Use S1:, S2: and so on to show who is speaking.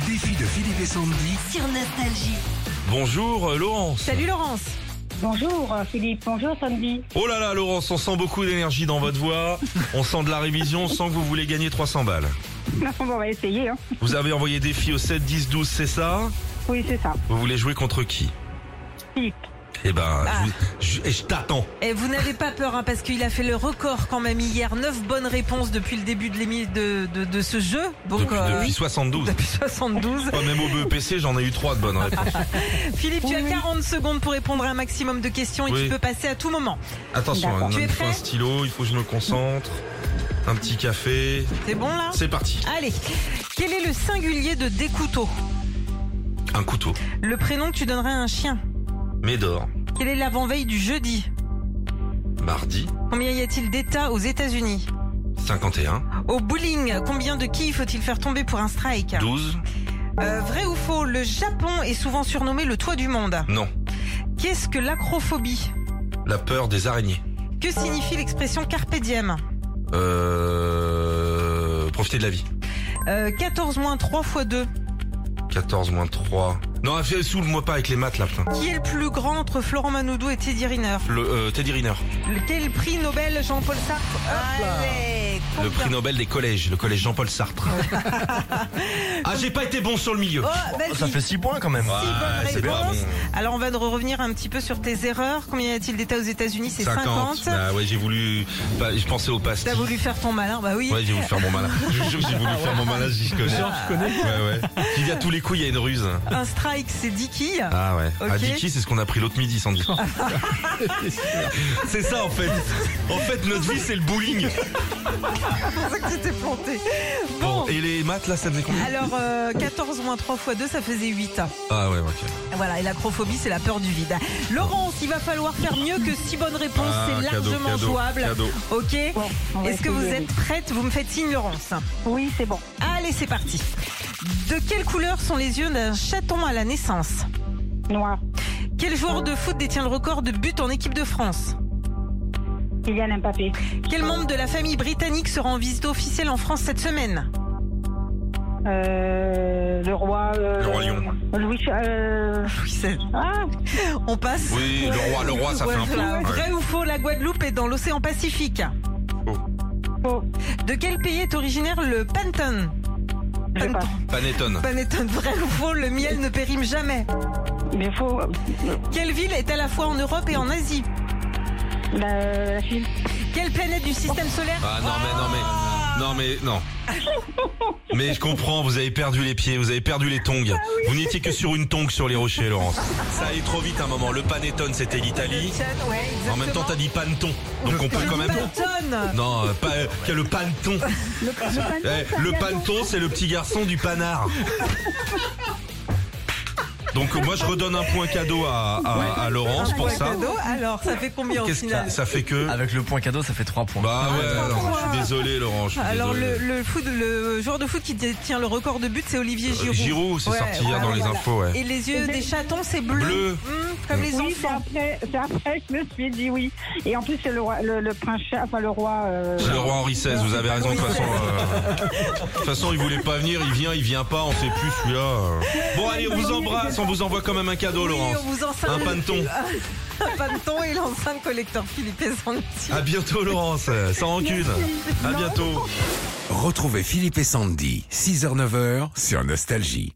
S1: Philippe et Sandy.
S2: sur Nostalgie.
S3: Bonjour euh, Laurence.
S4: Salut Laurence.
S5: Bonjour euh, Philippe, bonjour Sandy.
S3: Oh là là Laurence, on sent beaucoup d'énergie dans votre voix, on sent de la révision, on sent que vous voulez gagner 300 balles.
S5: on va essayer. Hein.
S3: Vous avez envoyé défi au 7 10 12, c'est ça
S5: Oui, c'est ça.
S3: Vous voulez jouer contre qui
S5: Philippe.
S3: Eh ben,
S4: Ah.
S3: je, vous- je- et je t'attends.
S4: Et Eh, vous n'avez pas peur hein, parce qu'il a fait le record quand même hier. 9 bonnes réponses depuis le début de, l'émi- de, de, de ce jeu. Donc,
S3: Depuis,
S4: euh,
S3: depuis 72.
S4: depuis 72.
S3: Moi, même au BEPC, j'en ai eu trois de bonnes réponses.
S4: Philippe, tu
S5: Oui,
S4: as
S5: oui.
S4: 40 secondes pour répondre à un maximum de questions et
S3: Oui.
S4: tu peux passer à tout moment.
S3: Attention,
S5: D'accord.
S3: hein,
S4: Ah. Tu es
S3: il me faut un
S4: prêt
S3: stylo, il faut que je me concentre. Un petit café.
S4: C'est bon là
S3: C'est parti.
S4: Allez. Quel est le singulier de Découteau
S3: Un couteau.
S4: Le prénom que tu donnerais à un chien
S3: Médor.
S4: Quelle est l'avant-veille du jeudi
S3: Mardi.
S4: Combien y a-t-il d'États aux États-Unis
S3: 51.
S4: Au bowling, combien de quilles faut-il faire tomber pour un strike
S3: 12.
S4: Euh, Vrai ou faux, le Japon est souvent surnommé le toit du monde.
S3: Non.
S4: Qu'est-ce que l'acrophobie
S3: La peur des araignées.
S4: Que signifie l'expression carpe diem
S3: Euh... Profiter de la vie.
S4: Euh, 14 moins 3 fois 2.
S3: 14 moins 3. Non, fais- saoule-moi pas avec les maths là, putain.
S4: Qui est le plus grand entre Florent Manoudou et Teddy Riner
S3: Le euh, Teddy Riner,
S4: Quel prix Nobel Jean-Paul Sartre Allez,
S3: le
S4: combien
S3: prix Nobel des collèges, le collège Jean-Paul Sartre. ah, j'ai pas été bon sur le milieu.
S4: Oh, vas-y.
S6: Ça fait 6 points quand même.
S4: six bonnes
S3: c'est pas
S4: réponses.
S3: bon.
S4: Alors on va de revenir un petit peu sur tes erreurs. Combien y a-t-il d'États aux États-Unis C'est 50.
S3: Bah ouais, j'ai voulu. bah, je pensais au pastis.
S4: T'as voulu faire ton malin Bah oui.
S3: Ouais, j'ai voulu faire mon malin. Je vous jure que j'ai voulu faire mon malin, j'y connais. je connais. Ouais, ouais. J'ai dit à tous les coups, il y a une ruse.
S4: Un strike, c'est 10 quilles.
S3: Ah ouais.
S4: Ok.
S3: À Dicky, c'est ce qu'on a pris l'autre midi, Sandy. c'est ça en fait. En fait, notre vie, c'est le bowling.
S4: C'est pour ça que tu t'es planté.
S3: Bon,
S4: Bon.
S3: et les maths là, ça faisait combien
S4: Alors, euh, 14 moins 3 fois 2, ça faisait 8.
S3: Ah ouais, ok.
S4: Voilà, et l'acrophobie, c'est la peur du vide. Laurence, il va falloir faire mieux que 6 bonnes réponses.
S3: Ah,
S4: c'est
S3: cadeau,
S4: largement
S3: cadeau,
S4: jouable.
S3: cadeau.
S4: Ok
S5: Bon, on va
S4: Est-ce que vous
S5: essayer,
S4: êtes prête Vous me faites signe, Laurence.
S5: oui. Oui, c'est bon.
S4: Allez, c'est parti. De quelle couleur sont les yeux d'un chaton à la naissance
S5: Noir.
S4: Quel joueur de foot détient le record de buts en équipe de France
S5: Kylian Mbappé.
S4: Quel membre de la famille britannique sera en visite officielle en France cette semaine
S5: Euh, le roi. euh,
S3: Le roi lion.
S5: Louis. euh,
S4: Oui, c'est-
S5: ah,
S4: On passe.
S3: Oui, le roi, le roi, ça fait un peu.
S4: Voilà.
S3: Ouais.
S4: Vrai ou faux, la Guadeloupe est dans l'océan Pacifique.
S5: faux.
S4: De quel pays est originaire le Pantone
S5: Je
S4: Pantone.
S5: passe.
S3: Panettone.
S4: Panettone, vrai ou faux, le miel ne périme jamais.
S5: Mais faux. euh,
S4: Quelle ville est à la fois en Europe et en Asie
S5: La, la fille.
S4: Quelle planète du système solaire
S3: Ah non mais non mais non mais non. Mais je comprends, vous avez perdu les pieds, vous avez perdu les
S4: Ah
S3: tongs. Vous n'étiez que sur une tongue sur les rochers, Laurence. Ça allait trop vite à un moment. Le panettone, c'était l'Italie.
S4: Tiens, ouais,
S3: En même temps, t'as dit paneton, donc on peut quand même.
S4: Pantone
S3: Non, euh, pas euh, qu'il y a le paneton.
S5: Le,
S3: Eh,
S5: le pantalon, c'est un
S3: le
S5: gâteau.
S3: paneton, c'est le petit garçon du panard. Donc euh, moi, je redonne un point cadeau à, à, à Laurence pour
S4: Ouais,
S3: ça.
S4: cadeau. Alors, ça fait combien au
S3: Qu'est-ce
S4: final
S3: que ça fait que
S6: Avec le point cadeau, ça fait 3 points.
S3: Bah ouais,
S4: trois
S3: non, je
S4: points.
S3: suis désolé, Laurent. je suis
S4: Alors,
S3: désolé.
S4: le, le foot- le joueur de foot qui détient le record de buts, c'est Olivier
S3: Euh,
S4: Giroud.
S3: Giroud, c'est
S4: Ouais,
S3: sorti hier
S4: voilà,
S3: dans les
S4: voilà.
S3: infos, ouais.
S4: Et les yeux des chatons, c'est bleu.
S3: Bleu.
S4: Mmh, comme les
S5: Eh ben, Oui, c'est
S4: enfants.
S5: après, c'est après que je me suis dit oui. Et en plus, c'est le roi, le, le prince, cha- enfin le roi. euh,
S3: C'est le roi Henri XVI, vous avez raison, de toute façon. euh, De toute façon, il voulait pas venir, il vient, il vient pas, on sait plus celui-là. euh. Bon, allez, on vous embrasse, on vous envoie quand même un cadeau,
S4: Oui,
S3: Laurence.
S4: on vous enceinte.
S3: Un paneton.
S4: Un paneton et l'enceinte collecteur Philippe et Sandy.
S3: À bientôt, Laurence, euh, sans rancune. À bientôt.
S1: Retrouvez Philippe et Sandy, 6h-9h sur Nostalgie.